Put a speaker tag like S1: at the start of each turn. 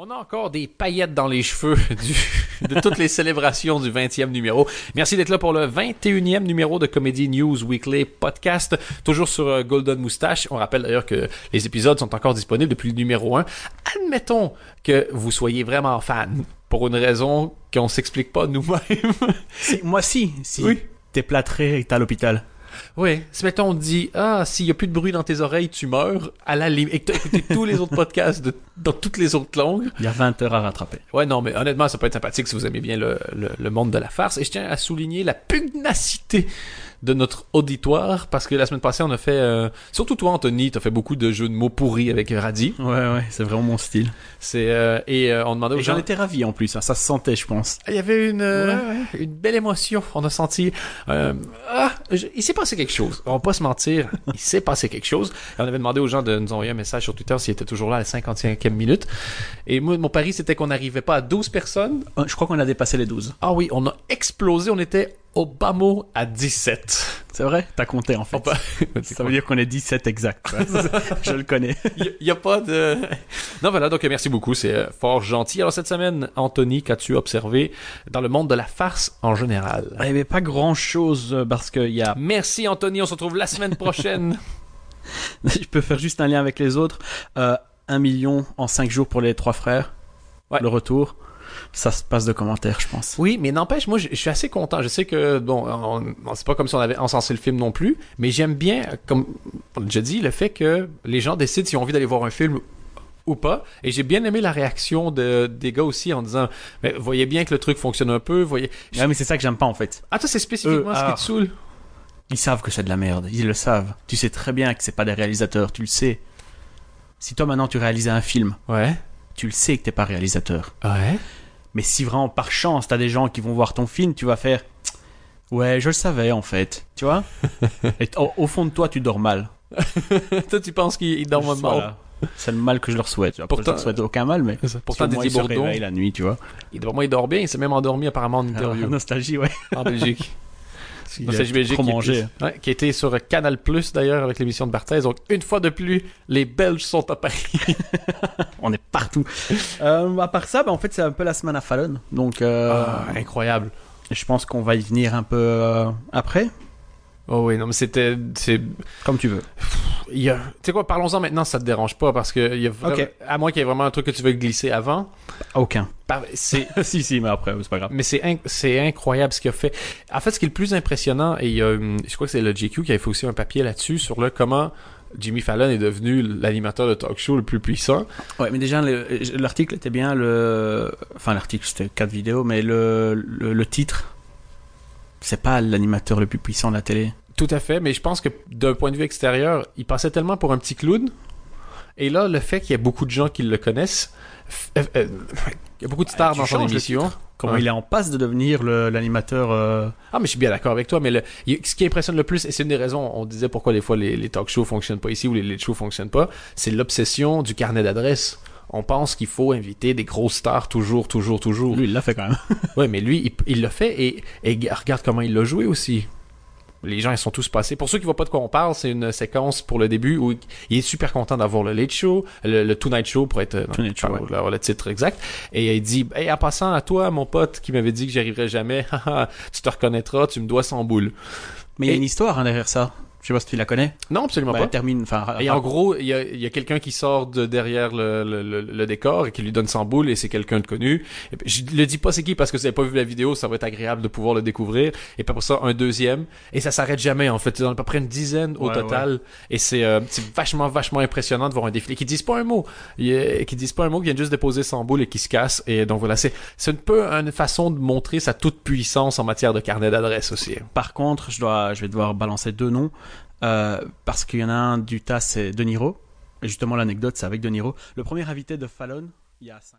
S1: On a encore des paillettes dans les cheveux du- de toutes les célébrations du 20e numéro. Merci d'être là pour le 21e numéro de Comedy News Weekly Podcast, toujours sur euh, Golden Moustache. On rappelle d'ailleurs que les épisodes sont encore disponibles depuis le numéro 1. Admettons que vous soyez vraiment fan pour une raison qu'on s'explique pas nous-mêmes.
S2: Si- moi, si. Si
S1: Oui.
S2: t'es plâtré et t'es à l'hôpital.
S1: Oui, si mettons on dit ah s'il y a plus de bruit dans tes oreilles tu meurs à la limite et que t'as écouté tous les autres podcasts de, dans toutes les autres langues.
S2: Il y a 20 heures à rattraper.
S1: Ouais non mais honnêtement ça peut être sympathique si vous aimez bien le, le, le monde de la farce et je tiens à souligner la pugnacité de notre auditoire parce que la semaine passée on a fait euh, surtout toi Anthony t'as fait beaucoup de jeux de mots pourris avec Radi
S2: Ouais, ouais, c'est vraiment mon style.
S1: c'est euh, et euh, on demandait aux
S2: Et
S1: gens
S2: j'en étais ravi en plus, hein, ça se sentait, je pense.
S1: il y avait une, euh, une belle émotion. On a senti. euh, ah, je- il s'est passé quelque chose. On va pas se mentir. il s'est passé quelque chose. Et on avait demandé aux gens de nous envoyer un message sur Twitter s'ils étaient toujours là à la 55e minute. Et moi, mon pari, c'était qu'on n'arrivait pas à 12 personnes.
S2: Euh, Je crois qu'on a dépassé les 12.
S1: Ah oui, on a explosé. On était au bas mot à 17.
S2: C'est vrai T'as compté en fait.
S1: Oh, bah,
S2: Ça veut dire qu'on est 17 exact. quoi. je le connais.
S1: Il n'y a pas de... Non, voilà, donc euh, merci beaucoup, c'est euh, fort gentil. Alors cette semaine, Anthony, qu'as-tu observé dans le monde de la farce en général?
S2: Il n'y avait pas grand chose parce qu'il y a.
S1: Merci Anthony, on se retrouve la semaine prochaine.
S2: Je peux faire juste un lien avec les autres. Euh, un million en 5 jours pour les trois frères.
S1: Ouais.
S2: Le retour. Ça se passe de commentaires, je pense.
S1: Oui, mais n'empêche, moi, je je suis assez content. Je sais que, bon, on- on- c'est pas comme si on avait encensé le film non plus, mais j'aime bien, comme on l'a déjà dit, le fait que les gens décident s'ils ont envie d'aller voir un film ou pas. Et j'ai bien aimé la réaction de, des gars aussi en disant, mais voyez bien que le truc fonctionne un peu, voyez.
S2: Ouais, mais c'est ça que j'aime pas en fait.
S1: Ah, toi, c'est spécifiquement
S2: Euh,
S1: ce qui
S2: ah.
S1: te saoule.
S2: Ils savent que c'est de la merde, ils le savent. Tu sais très bien que c'est pas des réalisateurs, tu le sais. Si toi maintenant tu réalises un film,
S1: Ouais.
S2: tu le sais que t'es pas réalisateur.
S1: Ouais.
S2: Mais si vraiment par chance t'as des gens qui vont voir ton film, tu vas faire Ouais, je le savais en fait, tu vois Et t- au, au fond de toi, tu dors mal.
S1: toi, tu penses qu'il il dort
S2: Juste,
S1: mort.
S2: voilà. C'est le mal que je leur souhaite. Après,
S1: Pourtant-
S2: je leur souhaite aucun mal, mais.
S1: Pourtant,
S2: au moins,
S1: Didier
S2: ils se
S1: Bourdon,
S2: réveillent la nuit, tu vois.
S1: il, vraiment, il dort bien. Il s'est même endormi apparemment en interview.
S2: Ah, nostalgie, ouais.
S1: en Belgique.
S2: Il
S1: Donc,
S2: a
S1: c'est Belgique
S2: trop
S1: qui,
S2: mangé. hein.
S1: Était, ouais, qui était sur Canal Plus d'ailleurs avec l'émission de Barthez. Donc une fois de plus, les Belges sont à Paris.
S2: On est partout. Euh, à part ça, bah, en fait, c'est un peu la semaine à Fallon. Donc, euh,
S1: Ah, incroyable.
S2: je pense qu'on va y venir un peu euh, après,
S1: Oh oui, non mais c'était, c'est,
S2: comme tu veux.
S1: il y a- tu sais quoi, parlons-en maintenant, si ça te dérange pas parce que il y a vra-
S2: Ok.
S1: à moins qu'il y ait vraiment un truc que tu veux glisser avant.
S2: Aucun.
S1: Par- C'est
S2: si, si, mais après, c'est pas grave.
S1: Mais c'est inc- c'est incroyable ce qu'il a fait. En fait, ce qui est le plus impressionnant, et il y a, hum, je crois que c'est le GQ qui avait fait aussi un papier là-dessus sur le comment Jimmy Fallon est devenu l'animateur de talk show le plus puissant.
S2: Ouais, mais déjà, le- l'article était bien. Le... Enfin, l'article, c'était quatre vidéos, mais le, le, le titre, c'est pas l'animateur le plus puissant de la télé.
S1: Tout à fait, mais je pense que d'un point de vue extérieur, il passait tellement pour un petit clown. Et là, le fait qu'il y a beaucoup de gens qui le connaissent, f- euh, euh, il y a beaucoup de stars
S2: tu
S1: dans son
S2: changes le
S1: émission.
S2: Comment
S1: Ouais.
S2: il est en passe de devenir le- l'animateur. euh,
S1: Ah, mais je suis bien d'accord avec toi, mais le, il- ce qui impressionne le plus, et c'est une des raisons, on disait pourquoi des fois les, les talk shows fonctionnent pas ici ou les late shows fonctionnent pas, c'est l'obsession du carnet d'adresses. On pense qu'il faut inviter des grosses stars toujours, toujours, toujours.
S2: Lui, il l'a fait quand même.
S1: Ouais, mais lui, il, il le fait et, et g- regarde comment il l'a joué aussi. Les gens, ils sont tous passés. Pour ceux qui voient pas de quoi on parle, c'est une séquence pour le début où il est super content d'avoir le late show, le, le tonight show pour être euh, non,
S2: Tonight Show,
S1: pardon,
S2: ouais.
S1: le, le titre exact. Et il dit, hey, en passant à toi, mon pote qui m'avait dit que j'arriverais jamais, haha, tu te reconnaîtras, tu me dois 100 boules.
S2: Mais il y
S1: Et-
S2: a une histoire hein, derrière ça. Je sais pas si tu la connais.
S1: Non, absolument
S2: Bah,
S1: pas.
S2: elle termine. Enfin,
S1: Et en gros, il y a, il y a quelqu'un qui sort de derrière le, le- le- le décor et qui lui donne 100 boules et c'est quelqu'un de connu. Et puis, je le dis pas c'est qui parce que si vous avez pas vu la vidéo, ça va être agréable de pouvoir le découvrir. Et puis pour ça, un deuxième. Et ça s'arrête jamais en fait. Ils en ont à peu près une dizaine au
S2: Ouais,
S1: total. Et c'est euh, c'est vachement, vachement impressionnant de voir un défilé qui disent pas un mot. Il y a- Qui disent pas un mot, qui viennent juste déposer 100 boules et qui se cassent. Et donc voilà, c'est c'est un peu une façon de montrer sa toute puissance en matière de carnet d'adresse aussi.
S2: Par contre, je, dois, je vais devoir balancer deux noms. euh, parce qu'il y en a un du tas, c'est De Niro. Et justement, l'anecdote, c'est avec De Niro. Le premier invité de Fallon, il y a cinq